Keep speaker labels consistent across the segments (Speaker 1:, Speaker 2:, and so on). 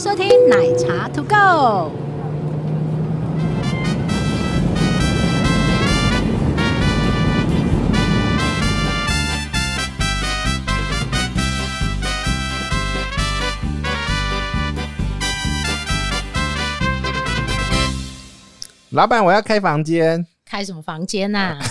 Speaker 1: 收听奶茶 To Go。
Speaker 2: 老板，我要开房间。
Speaker 1: 开什么房间啊呐、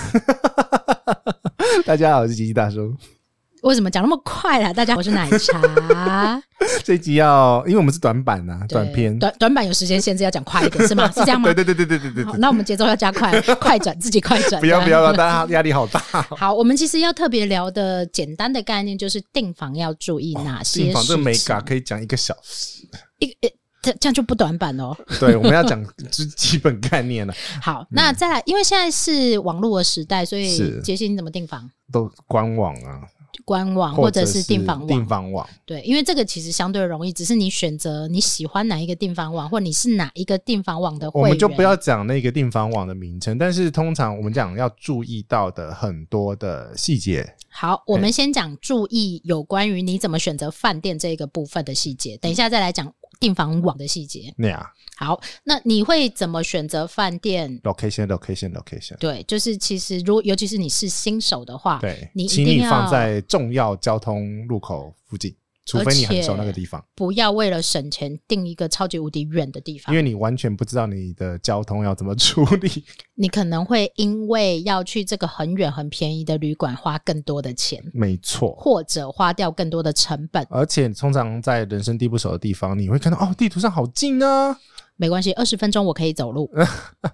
Speaker 2: 大家好，我是吉吉大叔。
Speaker 1: 为什么讲那么快啦？大家好，我是奶茶。
Speaker 2: 这一集要，因为我们是短版啊，短
Speaker 1: 对
Speaker 2: 片。
Speaker 1: 短短板有时间限制，要讲快一点是吗？是这样吗
Speaker 2: 对？对对对对对对
Speaker 1: 好，
Speaker 2: 对，
Speaker 1: 那我们节奏要加 快，快转，自己快转。
Speaker 2: 不要不
Speaker 1: 这样
Speaker 2: 要让大家压力好 大。
Speaker 1: 好，我们其实要特别聊的简单的概念就是订房要注意哪些事情。
Speaker 2: 哦订房这美嘎可以讲一个小时。
Speaker 1: 一个呃这这样就不短板哦。
Speaker 2: 对，我们要讲 基基本概念啊了，
Speaker 1: 好，那再来，因为现在是网络的时代，所以
Speaker 2: 嗯是
Speaker 1: 杰西你怎么订房？
Speaker 2: 都官网啊，
Speaker 1: 官网哦或者
Speaker 2: 是
Speaker 1: 是订房
Speaker 2: 订
Speaker 1: 网？
Speaker 2: 房网。
Speaker 1: 对，因为这个其实相对容易，只是你选择你喜欢哪一个订房网，或你是哪一个订房网的会
Speaker 2: 我
Speaker 1: 员。
Speaker 2: 们就不要讲那个订房网的名称，但是通常我们讲要注意到的很多的细节。
Speaker 1: 好，我
Speaker 2: 哎
Speaker 1: 们先讲注意有关于你怎么选择饭店这个部分的细节，等一下再来讲订房网的细节。
Speaker 2: 那样
Speaker 1: 好，那你会怎么选择饭店？
Speaker 2: ，location location location，
Speaker 1: 对，就是其实如尤其是你是新手的话，
Speaker 2: 对，
Speaker 1: 你一
Speaker 2: 请
Speaker 1: 定
Speaker 2: 你
Speaker 1: 要
Speaker 2: 放在重要交通路口附近，除非你很熟那个地方，
Speaker 1: 不要为了省钱订一个超级无敌远的地
Speaker 2: 因
Speaker 1: 方
Speaker 2: 为，你完全不知道你的交通要怎么处 理。
Speaker 1: 你可能会因为要去这个很远很便宜的旅馆花更多的钱，
Speaker 2: 没错，
Speaker 1: 或者花掉更多的成本。
Speaker 2: 而且通常在人生地不熟的地方，你会看到哦，地图上好近啊，
Speaker 1: 没关系，二十分钟我可以走 路，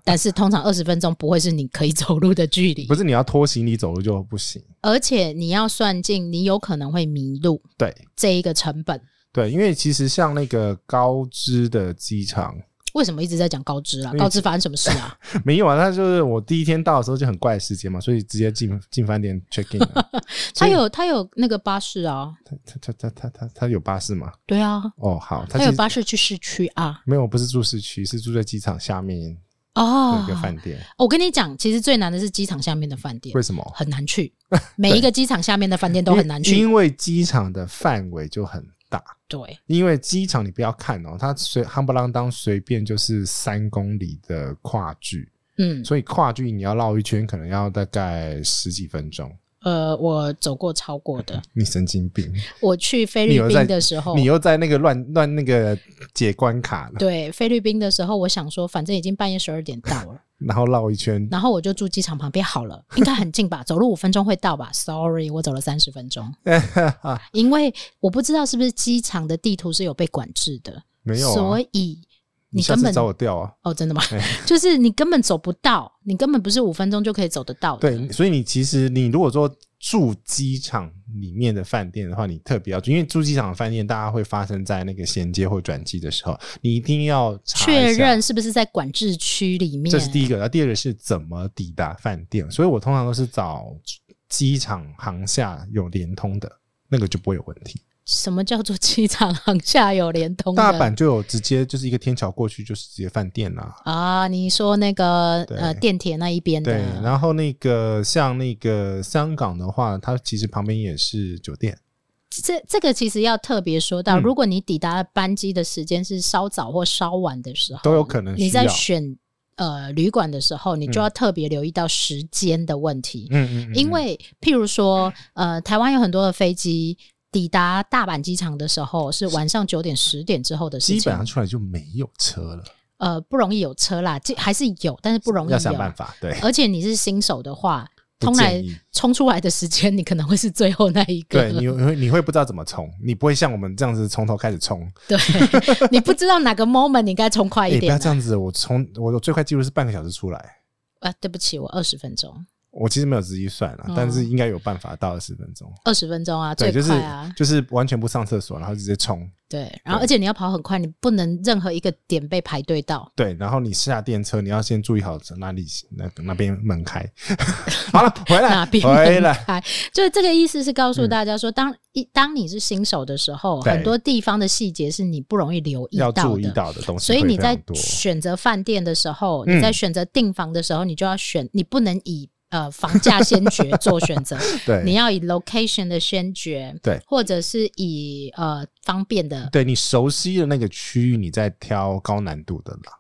Speaker 1: 但是通常二十分钟不会是你可以走路的距离
Speaker 2: 不。是你要拖行李走路就不行。
Speaker 1: 而且你要算进你有可能会迷路
Speaker 2: 对
Speaker 1: 这一个成本。
Speaker 2: 对，因为其实像那个高知的机场，
Speaker 1: 为什么一直在讲高知啊？
Speaker 2: 因为
Speaker 1: 高知发生什么事啊？
Speaker 2: 没有啊，他就是我第一天到的时候就很怪的时间嘛，所以直接进进饭店 check in 了。
Speaker 1: 他
Speaker 2: 所以
Speaker 1: 有他有那个巴士啊，
Speaker 2: 他他他他他他有巴士吗？
Speaker 1: 对啊，
Speaker 2: 哦，好，
Speaker 1: 他
Speaker 2: 他其
Speaker 1: 有
Speaker 2: 实
Speaker 1: 巴士去市区啊。
Speaker 2: 没有，不是住市区，是住在机场下面
Speaker 1: 哦
Speaker 2: 那个，饭店。
Speaker 1: 我跟你讲，其实最难的是机场下面的饭店
Speaker 2: 为，什么？
Speaker 1: 很难 去。每一个机场下面的饭店都很难
Speaker 2: 因
Speaker 1: 去。
Speaker 2: 因为机场的范围就很大。
Speaker 1: 对，
Speaker 2: 因为机场你不要看哦，它随夯不啷当随便就是三公里的跨距，
Speaker 1: 嗯，
Speaker 2: 所以跨距你要绕一圈，可能要大概十几分钟。
Speaker 1: 呃，我走过超过 的。
Speaker 2: 你神经病！
Speaker 1: 我去菲
Speaker 2: 你
Speaker 1: 律
Speaker 2: 有在
Speaker 1: 宾的时候
Speaker 2: 你，又在那个乱乱那个解关卡了，
Speaker 1: 对菲律宾的时候，我想说，反正已经半夜十二点到了。
Speaker 2: 然后绕一圈，
Speaker 1: 然后我就住机场旁边好了，应该很近吧，走路五分钟会到 吧？Sorry，我走了三十分钟，因为我不知道是不是机场的地图是有被管制的，
Speaker 2: 没有、啊，
Speaker 1: 所以你
Speaker 2: 下
Speaker 1: 根
Speaker 2: 次
Speaker 1: 本
Speaker 2: 找我调啊。
Speaker 1: 哦，真的吗？ 就是你根本走不到，你根本不是五分钟就可以走得到的。
Speaker 2: 对，所以你其实你如果说住机场里面的饭店的话，你特别要注意，因为住机场的饭店，大家会发生在那个衔接或转机的时候，你一定要查
Speaker 1: 确
Speaker 2: 一下。
Speaker 1: 认是不是在管制区里面？
Speaker 2: 这是第一个，然后第二个是怎么抵达饭店，所以我通常都是找机场航厦有联通的。那个就不会有问题，
Speaker 1: 什么叫做机场航下有联通的？
Speaker 2: 大阪就有直接就是一个天桥过去就是直接饭店啦、
Speaker 1: 啊，你说那个
Speaker 2: 对
Speaker 1: 呃电铁那一边
Speaker 2: 对，
Speaker 1: 的，
Speaker 2: 然后那个像那个香港的话，它其实旁边也是酒店，
Speaker 1: 这这个其实要特别说到，
Speaker 2: 嗯
Speaker 1: 如果你抵达班机的时间是稍早或稍晚的时候，
Speaker 2: 都有可能需
Speaker 1: 哦
Speaker 2: 要。
Speaker 1: 你在选呃旅馆的时候，你就
Speaker 2: 嗯
Speaker 1: 要特别留意到时间的问题，
Speaker 2: 嗯嗯嗯，
Speaker 1: 因为譬如说，呃，台湾有很多的飞机抵达大阪机场的时候是晚上九点、十点之后的事
Speaker 2: 基本上
Speaker 1: 情，
Speaker 2: 出来就没有车了，
Speaker 1: 呃，不容易有车啦，这还是有，但是不容易
Speaker 2: 要想办
Speaker 1: 有。
Speaker 2: 法。对，
Speaker 1: 而且你是新手的话，
Speaker 2: 不
Speaker 1: 通
Speaker 2: 建
Speaker 1: 来
Speaker 2: 议。
Speaker 1: 冲出来的时间，你可能会是最后那一个。
Speaker 2: 对，你会你会不知道怎么冲，你不会像我们这样子从头开始冲。
Speaker 1: 对， 你不知道哪个 moment 你该冲快
Speaker 2: 哎，
Speaker 1: 一
Speaker 2: 不
Speaker 1: 点
Speaker 2: 要
Speaker 1: 啊、
Speaker 2: 这样子，我从我的最快记录是半个小时出来。
Speaker 1: 啊！对不起，我二十分钟，
Speaker 2: 我其实没有仔细算了
Speaker 1: 嗯，
Speaker 2: 但是应该有办法到二十分钟。
Speaker 1: 二十分钟啊，最
Speaker 2: 对，就是
Speaker 1: 快啊，
Speaker 2: 就是完全不上厕所，然后直接冲。
Speaker 1: 对。然后
Speaker 2: 对
Speaker 1: 而且你要跑很快，你不能任何一个点被排队到。
Speaker 2: 对，然后你下电车，你要先注意好哪里那那边门开。 好了， 回
Speaker 1: 哪
Speaker 2: 来，
Speaker 1: 边
Speaker 2: 回
Speaker 1: 门
Speaker 2: 来。
Speaker 1: 开？就是这个意思是告诉大家说，当一当你是新手的时候，
Speaker 2: 对
Speaker 1: 很多地方的细节是你不容易留意
Speaker 2: 要
Speaker 1: 到
Speaker 2: 注意
Speaker 1: 的。
Speaker 2: 到的东西，
Speaker 1: 所以你在
Speaker 2: 多。
Speaker 1: 选择饭店的时候，
Speaker 2: 嗯
Speaker 1: 你在选择订房的时候，你就要选，你不能以呃房价先决做选择，
Speaker 2: 对，
Speaker 1: 你要以 location 的先决，
Speaker 2: 对，
Speaker 1: 或者是以呃方便的，
Speaker 2: 对你熟悉的那个区域，你再挑高难度的啦。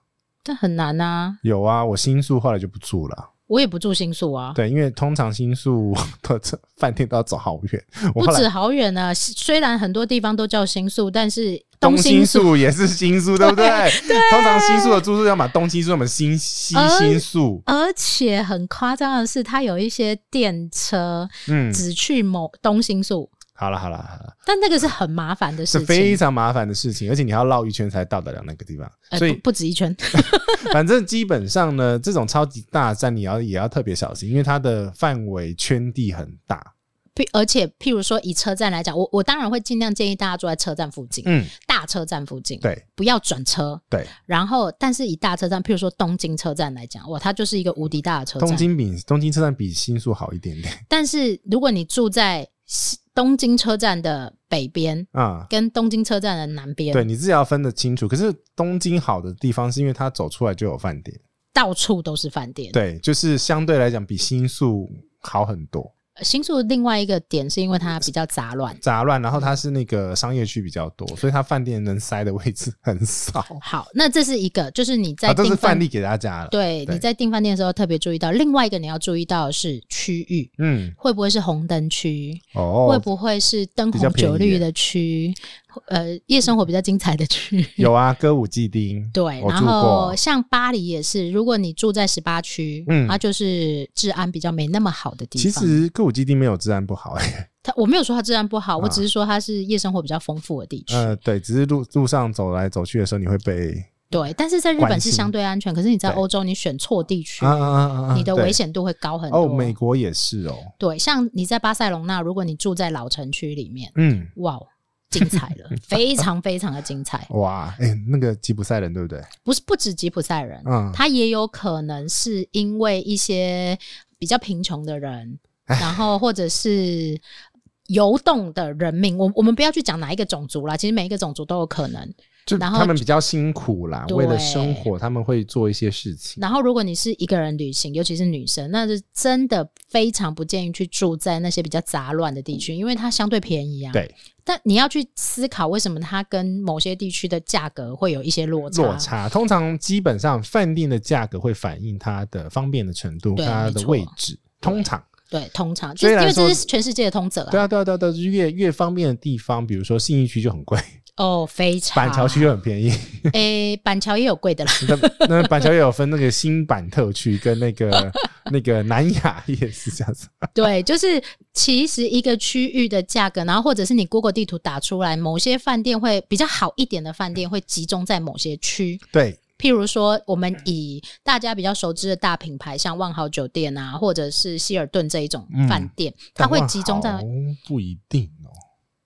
Speaker 1: 但很难啊。
Speaker 2: 有啊，我新宿后来就不住了，
Speaker 1: 我也不住新宿啊，
Speaker 2: 对，因为通常新宿 的这饭店都要走好远。我
Speaker 1: 不
Speaker 2: 后来
Speaker 1: 止好远呢、虽然很多地方都叫新宿，但是
Speaker 2: 东
Speaker 1: 新啊
Speaker 2: 新宿也是新 宿，对不对？通常新宿的住宿要么东新宿，要么新西
Speaker 1: 呃
Speaker 2: 新宿。
Speaker 1: 而且很夸张的是，它有一些电车
Speaker 2: 嗯，
Speaker 1: 只去某东新宿，
Speaker 2: 好了好了好了，
Speaker 1: 但那个是很麻烦的
Speaker 2: 是
Speaker 1: 事
Speaker 2: 非
Speaker 1: 情，
Speaker 2: 常麻烦的事情，而且你要绕一圈才到得了那个地方。
Speaker 1: 呃
Speaker 2: 所以
Speaker 1: 不不止一圈。
Speaker 2: 反正基本上呢，这种超级大战你要也要特别小心，因为它的范围圈地很大。
Speaker 1: 譬而且，譬如说以车站来讲，我我当然会尽量建议大家住在车站附近，
Speaker 2: 嗯，
Speaker 1: 大车站附近，
Speaker 2: 对
Speaker 1: 不要转车。
Speaker 2: 对，
Speaker 1: 然后，但是以大车站，譬如说东京车站来讲，哇，它就是一个无敌大的车
Speaker 2: 东
Speaker 1: 站。
Speaker 2: 京比东京车站比新宿好一点点
Speaker 1: 但是如果你住在西东京车站的北边，
Speaker 2: 啊。
Speaker 1: 跟东京车站的南边，
Speaker 2: 对，你自己要分得清楚。可是东京好的地方是因为它走出来就有饭店，
Speaker 1: 到处都是饭店。
Speaker 2: 对，就是相对来讲比新宿好很多，
Speaker 1: 呃新宿另外一个点是因为它比较杂乱。
Speaker 2: 杂乱，然后它是那个商业区比较
Speaker 1: 嗯
Speaker 2: 多，所以它饭店能塞的位置很少。
Speaker 1: 好，那这是一个，就是你在
Speaker 2: 啊，这
Speaker 1: 订
Speaker 2: 是
Speaker 1: 饭
Speaker 2: 范例给大家了。
Speaker 1: 对，
Speaker 2: 对
Speaker 1: 你在订饭店的时候特别注意到。另外一个你要注意到的是区域，
Speaker 2: 嗯，
Speaker 1: 会不会是红灯区？会
Speaker 2: 哦，
Speaker 1: 不会是灯
Speaker 2: 比较
Speaker 1: 红
Speaker 2: 便宜
Speaker 1: 酒绿
Speaker 2: 耶
Speaker 1: 的区？呃，夜生活比较精彩的区。
Speaker 2: 有啊，歌舞伎町，
Speaker 1: 对，
Speaker 2: 我
Speaker 1: 然
Speaker 2: 住过
Speaker 1: 后，像巴黎也是，如果你住在十八区，
Speaker 2: 嗯
Speaker 1: 它就是治安比较没那么好的地
Speaker 2: 其
Speaker 1: 方。
Speaker 2: 实歌舞伎町没有治安不好、欸，
Speaker 1: 它我没有说它治安不好，我
Speaker 2: 啊
Speaker 1: 只是说它是夜生活比较丰富的地区。
Speaker 2: 呃，对，只是路路上走来走去的时候，你会被
Speaker 1: 对，但是在日本
Speaker 2: 关
Speaker 1: 是
Speaker 2: 心
Speaker 1: 相对安全，可是你在
Speaker 2: 对
Speaker 1: 欧洲你选错地区，
Speaker 2: 啊啊啊啊，
Speaker 1: 你的
Speaker 2: 对
Speaker 1: 危险度会高很多。
Speaker 2: 哦，美国也是哦，
Speaker 1: 对，像你在巴塞隆那，如果你住在老城区里面，
Speaker 2: 嗯，
Speaker 1: 哇，哦精彩 了，非常非常的精彩。
Speaker 2: 哇，哎、那个吉普赛人对不对？
Speaker 1: 不是不止吉普赛人，
Speaker 2: 嗯，
Speaker 1: 他也有可能是因为一些比较贫穷的人，
Speaker 2: 哎
Speaker 1: 然后或者是游动的人民。我我们不要去讲哪一个种族啦，其实每一个种族都有可能。
Speaker 2: 就
Speaker 1: 然后
Speaker 2: 他们比较辛苦啦，为了
Speaker 1: 对
Speaker 2: 生活，他们会做一些事情。
Speaker 1: 然后，如果你是一个人旅行，尤其是女生，那是真的非常不建议去住在那些比较杂乱的地区，因为它相对便宜啊。
Speaker 2: 嗯对，
Speaker 1: 但你要去思考为什么它跟某些地区的价格会有一些落差。
Speaker 2: 落差通常基本上饭店的价格会反映它的方便的程度，
Speaker 1: 对
Speaker 2: 它
Speaker 1: 没
Speaker 2: 的
Speaker 1: 错
Speaker 2: 位置。通常，
Speaker 1: 对，通常就
Speaker 2: 虽
Speaker 1: 是因
Speaker 2: 然
Speaker 1: 为这
Speaker 2: 说
Speaker 1: 是全世界的通则
Speaker 2: 对
Speaker 1: 啊。
Speaker 2: 啊，对啊，对啊，对啊，就是越越方便的地方，比如说信义区就很贵，
Speaker 1: 哦，非常。
Speaker 2: 板桥区就很便宜。
Speaker 1: 诶，板桥也有贵的啦。
Speaker 2: 那那板桥也有分那个新版特区跟那 个那个南雅也是这样子。
Speaker 1: 对，就是其实一个区域的价格，然后或者是你 Google 地图打出来，某些饭店会比较好一点的饭店会集中在某些区。
Speaker 2: 对，
Speaker 1: 譬如说，我们以大家比较熟知的大品牌，像万豪酒店啊，或者是希尔顿这一种饭店，它
Speaker 2: 嗯但
Speaker 1: 会
Speaker 2: 万
Speaker 1: 集中在
Speaker 2: 豪不一定哦，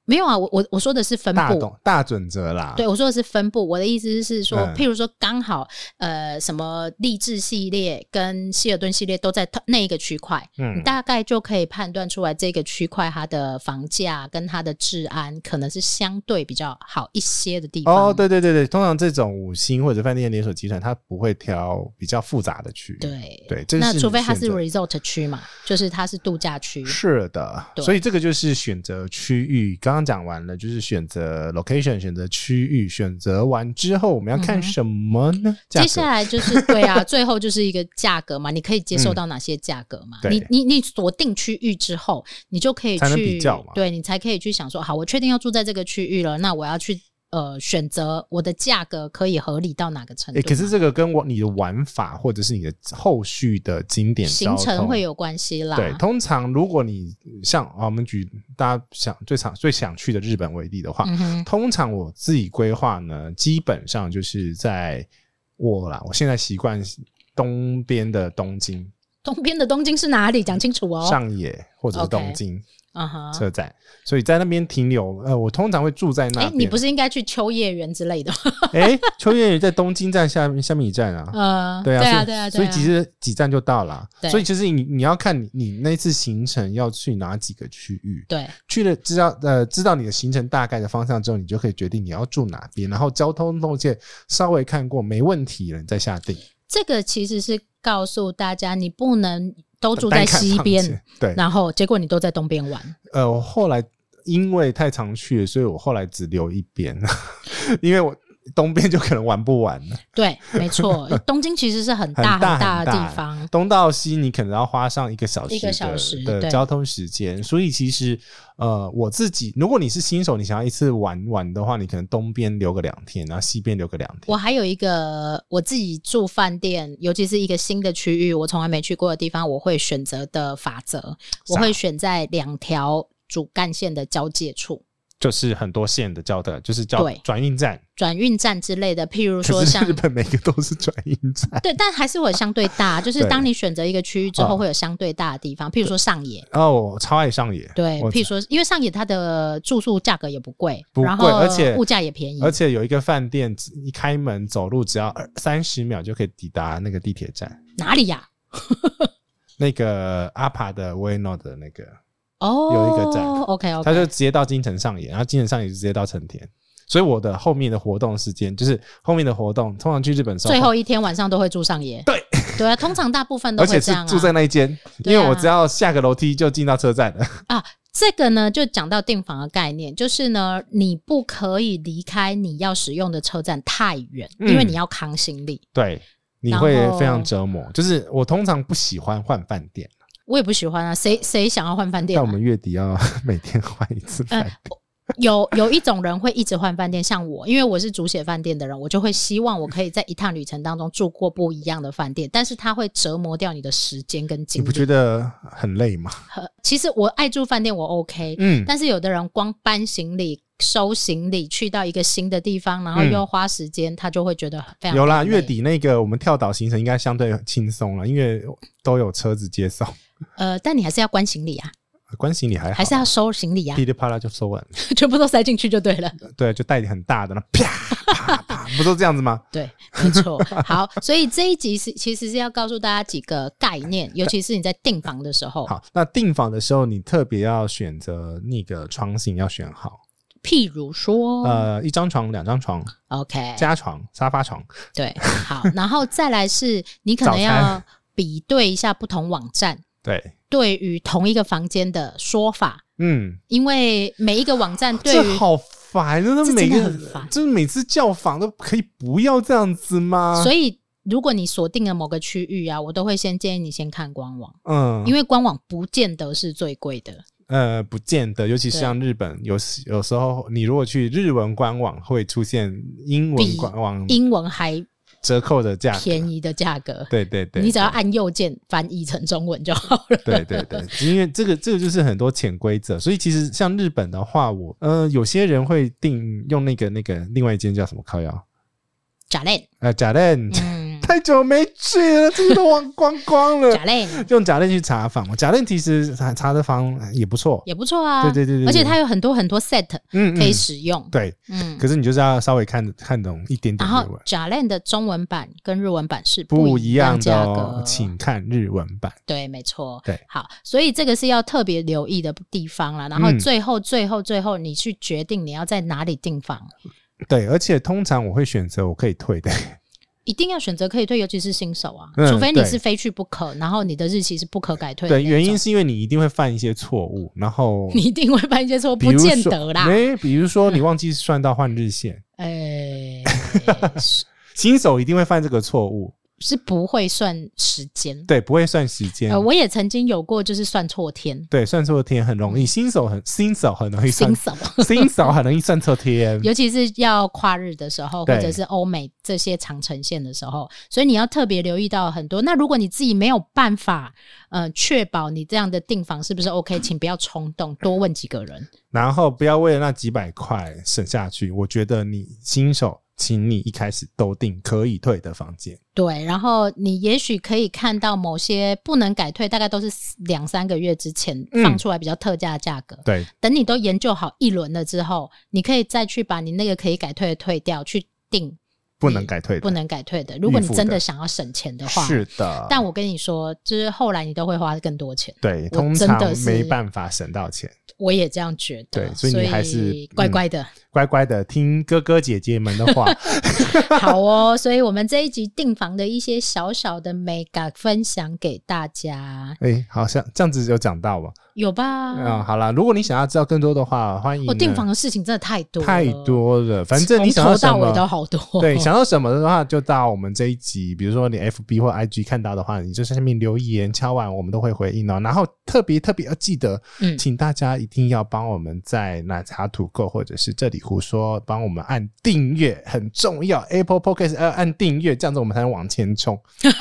Speaker 1: 没有啊，我我我说的是分
Speaker 2: 大
Speaker 1: 布。
Speaker 2: 懂大准则啦。
Speaker 1: 对，我说的是分布。我的意思是说，
Speaker 2: 嗯
Speaker 1: 譬如说，刚好呃，什么励志系列跟希尔顿系列都在同那一个区块，你
Speaker 2: 嗯，
Speaker 1: 大概就可以判断出来这个区块它的房价跟它的治安可能是相对比较好一些的地方。
Speaker 2: 哦，对对对对，通常这种五星或者饭店连锁集团，它不会挑比较复杂的区域。
Speaker 1: 对
Speaker 2: 对，这是
Speaker 1: 那
Speaker 2: 你
Speaker 1: 除非它是
Speaker 2: 选择
Speaker 1: resort 区嘛，就是它是度假区。
Speaker 2: 是的，
Speaker 1: 对
Speaker 2: 所以这个就是选择区域。刚刚讲完了，就是选择 location，选择区域，选择完之后我们要看
Speaker 1: 嗯哼
Speaker 2: 什么呢？价
Speaker 1: 接
Speaker 2: 格
Speaker 1: 下来就是对啊， 最后就是一个价格嘛，你可以接受到哪些价格嘛？
Speaker 2: 对
Speaker 1: 你你你锁定区域之后，你就可以
Speaker 2: 才能
Speaker 1: 去
Speaker 2: 比较嘛
Speaker 1: 对你才可以去想说，好，我确定要住在这个区域了，那我要去呃选择我的价格可以合理到哪个程
Speaker 2: 诶，
Speaker 1: 度嘛？
Speaker 2: 可是这个跟我你的玩法或者是你的后续的景点
Speaker 1: 行
Speaker 2: 交
Speaker 1: 程
Speaker 2: 通
Speaker 1: 会有关系啦。
Speaker 2: 对，通常如果你像、啊我们举大家想最常最想去的日本为例的话，
Speaker 1: 嗯哼，
Speaker 2: 通常我自己规划呢，基本上就是在我啦，我现在习惯东边的东京、
Speaker 1: 东边的东京是哪里？讲清楚哦。
Speaker 2: 上野或者是
Speaker 1: OK
Speaker 2: 东京
Speaker 1: 嗯哼，
Speaker 2: 车站，所以在那边停留。呃，我通常会住在那
Speaker 1: 哎、
Speaker 2: 边。
Speaker 1: 你不是应该去秋叶原之类的 吗？
Speaker 2: 诶秋叶原在东京站下面下面一站啊。
Speaker 1: 呃，
Speaker 2: 对啊，
Speaker 1: 对
Speaker 2: 所
Speaker 1: 啊，
Speaker 2: 以
Speaker 1: 对啊，
Speaker 2: 所以
Speaker 1: 对啊
Speaker 2: 其实几站就到了啊
Speaker 1: 对，
Speaker 2: 所以其实你你要看你你那次行程要去哪几个区域，
Speaker 1: 对
Speaker 2: 去了知道呃知道你的行程大概的方向之后，你就可以决定你要住哪边，然后交通路线稍微看过没问题了，你再下定。
Speaker 1: 这个其实是告诉大家，你不能都住在西边，，
Speaker 2: 对，
Speaker 1: 然后结果你都在东边玩。
Speaker 2: 呃，我后来因为太常去了，所以我后来只留一边， 因为我东边就可能玩不完了。
Speaker 1: 对，没错，东京其实是很
Speaker 2: 很
Speaker 1: 大
Speaker 2: 大
Speaker 1: 大的
Speaker 2: 很大
Speaker 1: 地方。
Speaker 2: 东到西，你可能要花上一个小时
Speaker 1: 一个小
Speaker 2: 的
Speaker 1: 时
Speaker 2: 的
Speaker 1: 对
Speaker 2: 交通时间，所以其实呃，我自己如果你是新手，你想要一次玩完的话，你可能东边留个两天，然后西边留个两天
Speaker 1: 我。还有一个我自己住饭店，尤其是一个新的区域，我从来没去过的地方，我会选择的法则，我会选在两条主干线的交界处。
Speaker 2: 就是很多线的交的，就是叫
Speaker 1: 对
Speaker 2: 转运站。
Speaker 1: 转运站之类的，譬如 说
Speaker 2: 可是
Speaker 1: 像
Speaker 2: 日本每个都是转运站
Speaker 1: 对，但还是会有相对 大，就是
Speaker 2: 对
Speaker 1: 当你选择一个区域之后，
Speaker 2: 嗯
Speaker 1: 会有相对大的地方，譬如说上野，
Speaker 2: 哦，我超爱上野。
Speaker 1: 对，
Speaker 2: 我
Speaker 1: 譬如说，因为上野它的住宿价格也不贵，
Speaker 2: 不
Speaker 1: 然
Speaker 2: 贵
Speaker 1: 后
Speaker 2: 而且
Speaker 1: 物价也便宜，
Speaker 2: 而且有一个饭店，一开门走路只要三十秒就可以抵达那个地铁站，
Speaker 1: 哪里呀、
Speaker 2: 那个阿帕的维诺的那个，
Speaker 1: 哦，
Speaker 2: 有一个站
Speaker 1: ，OK
Speaker 2: 他
Speaker 1: OK，
Speaker 2: 就直接到京城上野，然后京城上野就直接到成田。所以我的后面的活动时间就是后面的活动，通常去日本的时候，
Speaker 1: 最后一天晚上都会住上野，
Speaker 2: 对
Speaker 1: 对啊，通常大部分都
Speaker 2: 而且
Speaker 1: 会
Speaker 2: 是
Speaker 1: 这样啊
Speaker 2: 住在那一间，因
Speaker 1: 对啊
Speaker 2: 为我只要下个楼梯就进到车站了。
Speaker 1: 啊。啊这个呢，就讲到订房的概念，就是呢，你不可以离开你要使用的车站太远，
Speaker 2: 嗯
Speaker 1: 因为你要扛行李。
Speaker 2: 对，你
Speaker 1: 然
Speaker 2: 会
Speaker 1: 后
Speaker 2: 非常折磨。就是我通常不喜欢换饭店，
Speaker 1: 我也不喜欢啊，谁谁想要换饭店、
Speaker 2: 但
Speaker 1: 啊呃
Speaker 2: 我？们月底要 每天换一次饭店。
Speaker 1: 有有一种人会一直换饭店，像我，因为我是主写饭店的人，我就会希望我可以在一趟旅程当中住过不一样的饭店，但是它会折磨掉你的时间跟
Speaker 2: 你
Speaker 1: 精
Speaker 2: 不觉
Speaker 1: 力。
Speaker 2: 得很累吗？
Speaker 1: 呃其实我爱住饭店，我 OK，、
Speaker 2: 嗯，
Speaker 1: 但是有的人光搬行李、收行李去到一个新的地方，然后
Speaker 2: 嗯
Speaker 1: 又花时间，他就会觉得非常
Speaker 2: 有啦，
Speaker 1: 累
Speaker 2: 月底那个我们跳岛行程应该相对轻松了，因为都有车子接送，
Speaker 1: 呃，但你还是要关行李啊，
Speaker 2: 关行李还好，
Speaker 1: 还是要收行李啊
Speaker 2: 噼，里啪啦就收完了，
Speaker 1: 全部都塞进去就对了。
Speaker 2: 对，就带很大的，然后啪啪啪，不都这样子吗？
Speaker 1: 对，没错。好，所以这一集是其实是要告诉大家几个概念，尤其是你在订房的时候。
Speaker 2: 好，那订房的时候你特别要选择那个床型要选好，
Speaker 1: 譬如说、
Speaker 2: 呃，一张床、两张床、
Speaker 1: o k
Speaker 2: 加床、沙发床，
Speaker 1: 对，好， 然后再来是你可能
Speaker 2: 早
Speaker 1: 要
Speaker 2: 餐
Speaker 1: 比对一下不同网站
Speaker 2: 对，
Speaker 1: 对于同一个房间的说法，
Speaker 2: 嗯，
Speaker 1: 因为每一个网站对
Speaker 2: 哦这
Speaker 1: 于
Speaker 2: 好烦，真的
Speaker 1: 这
Speaker 2: 每
Speaker 1: 真的
Speaker 2: 个
Speaker 1: 很烦
Speaker 2: 就是每次叫房都可以不要这样子吗？
Speaker 1: 所
Speaker 2: 以，
Speaker 1: 以。如果你锁定了某个区域啊，我都会先建议你先看官网，
Speaker 2: 嗯，
Speaker 1: 因为官网不见得是最贵的。
Speaker 2: 呃，不见得，尤其是
Speaker 1: 对
Speaker 2: 像日本，有时有时候你如果去日文官网，会出现英文
Speaker 1: 比
Speaker 2: 官网
Speaker 1: 英文还
Speaker 2: 折扣的价格。
Speaker 1: 便宜的价格，
Speaker 2: 对对对，
Speaker 1: 你只要按右键翻译成中文就好了。
Speaker 2: 对对对，因为这个这个就是很多潜规则，所以其实像日本的话，我呃有些人会定用那个那个另外一间叫什么烤窑，
Speaker 1: 假链，
Speaker 2: 呃假链，
Speaker 1: 嗯，
Speaker 2: 太久没去了，这个都忘光光了
Speaker 1: 假。链
Speaker 2: 用假链去查房，假链其实查查的房也不错，
Speaker 1: 也不错啊。
Speaker 2: 对对对对对
Speaker 1: 而且它有很多很多 set
Speaker 2: 嗯
Speaker 1: 可以
Speaker 2: 嗯，
Speaker 1: 使用。
Speaker 2: 对，
Speaker 1: 嗯，
Speaker 2: 可是你就是要稍微看看懂一点点
Speaker 1: 然
Speaker 2: 日
Speaker 1: 后
Speaker 2: 文。
Speaker 1: 假链的中文版跟日文版是
Speaker 2: 不
Speaker 1: 一
Speaker 2: 一样的、
Speaker 1: 价
Speaker 2: 哦
Speaker 1: 格，，
Speaker 2: 请看日文版。
Speaker 1: 对，没错，
Speaker 2: 对，
Speaker 1: 好，所以这个是要特别留意的地方啦。然后
Speaker 2: 嗯
Speaker 1: 最后、最后、最后，你去决定你要在哪里订房，
Speaker 2: 对，而且通常我会选择我可以退的，
Speaker 1: 一定要选择可以退，尤其是新手啊，
Speaker 2: 嗯
Speaker 1: 除非你
Speaker 2: 对
Speaker 1: 是非去不可，然后你的日期是不可改退的那
Speaker 2: 对，
Speaker 1: 种。
Speaker 2: 原因是因为你一定会犯一些错误，然后
Speaker 1: 你一定会犯一些错，
Speaker 2: 比
Speaker 1: 不
Speaker 2: 如
Speaker 1: 见
Speaker 2: 说
Speaker 1: 得啦。
Speaker 2: 没，比如说你忘记算到换日线，
Speaker 1: 哎，是
Speaker 2: 新手一定会犯这个错误，
Speaker 1: 是不会算时间。
Speaker 2: 对，不会算时间，
Speaker 1: 呃，我也曾经有过，就是算错天，
Speaker 2: 对，算错天很容易，新手很新手很容易算
Speaker 1: 新，手，
Speaker 2: 新手很容易算错天，
Speaker 1: 尤其是要跨日的时候，或
Speaker 2: 嗯对
Speaker 1: 者是欧美这些长城线的时候，所以你要特别留意到很多。那如果你自己没有办法，呃，确保你这样的订房是不是 OK，请不要冲动，多问几个人。
Speaker 2: 然后不要为了那几百块省下去，我觉得你新手，请你一开始都订可以退的房间。
Speaker 1: 对，然后你也许可以看到某些不能改退，大概都是两三个月之前
Speaker 2: 嗯
Speaker 1: 放出来比较特价的价格。
Speaker 2: 对，
Speaker 1: 等你都研究好一轮了之后，你可以再去把你那个可以改退的退掉，去订
Speaker 2: 不能改退的，
Speaker 1: 不能改退的。如果你
Speaker 2: 预付的
Speaker 1: 真的想要省钱的话，
Speaker 2: 是的，
Speaker 1: 但我跟你说，就是后来你都会花更多钱。
Speaker 2: 对，
Speaker 1: 我
Speaker 2: 通
Speaker 1: 真
Speaker 2: 常
Speaker 1: 的是
Speaker 2: 没办法省到钱，
Speaker 1: 我也这样觉得，
Speaker 2: 对所以你还是嗯
Speaker 1: 所以乖乖 的。
Speaker 2: 乖乖的听哥哥姐姐们的 话。
Speaker 1: 好哦，所以我们这一集订房的一些小小的美感分享给大家，
Speaker 2: 哎、好像这样子有讲到吧？
Speaker 1: 有吧？
Speaker 2: 嗯，好啦，如果你想要知道更多的话，欢迎
Speaker 1: 我订
Speaker 2: 呢
Speaker 1: 房的事情真的太多了
Speaker 2: 太，多了，反正你
Speaker 1: 从
Speaker 2: 想要
Speaker 1: 头
Speaker 2: 什
Speaker 1: 到
Speaker 2: 么
Speaker 1: 尾都好多。
Speaker 2: 对，想要什么的话，就到我们这一集，比如说你 FB 或 IG 看到的话，你就在下面留言敲碗，我们都会回应哦。然后特别特别要记得，
Speaker 1: 嗯
Speaker 2: 请大家一定要帮我们在奶茶土购或者是这里胡说，帮我们按订阅，很重要。Apple Podcast 要按订阅，这样子我们才能往前冲。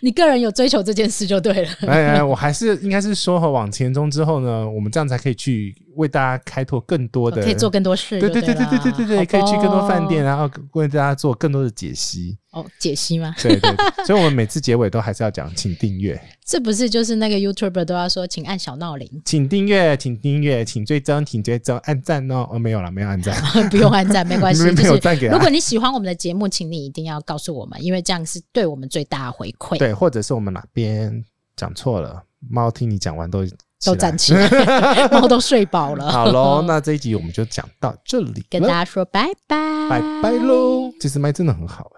Speaker 1: 你个人有追求这件事就对了。
Speaker 2: 哎哎，我还是应该是说和往前冲之后呢，我们这样才可以去为大家开拓更多的，
Speaker 1: 哦可以做更多事就
Speaker 2: 对对对
Speaker 1: 对
Speaker 2: 对对对对对，
Speaker 1: 啦
Speaker 2: 可以去更多饭店，
Speaker 1: 好
Speaker 2: 然后为大家做更多的解析。
Speaker 1: 不好哦，解析吗？
Speaker 2: 对对，对所以我们每次结尾都还是要讲，请 订阅，
Speaker 1: 这不是就是那个 YouTuber 都要说，请按小闹铃，
Speaker 2: 请订阅，请订阅，请追踪，请追踪，按赞哦。哦，没有了，没有按赞，
Speaker 1: 不用按赞没关系。
Speaker 2: 没
Speaker 1: 就
Speaker 2: 没有
Speaker 1: 是
Speaker 2: 赞给他
Speaker 1: 如果你喜欢我们的节目，请你一定要告诉我们，因为这样是对我们最大的回馈。
Speaker 2: 对，或者是我们哪边讲错了，猫听你讲完都
Speaker 1: 都
Speaker 2: 站
Speaker 1: 站起来， 猫都睡饱了。
Speaker 2: 好 喽，那这一集我们就讲到这里
Speaker 1: 跟大
Speaker 2: 了，
Speaker 1: 家说拜拜，
Speaker 2: 拜拜喽。其实麦真的很好。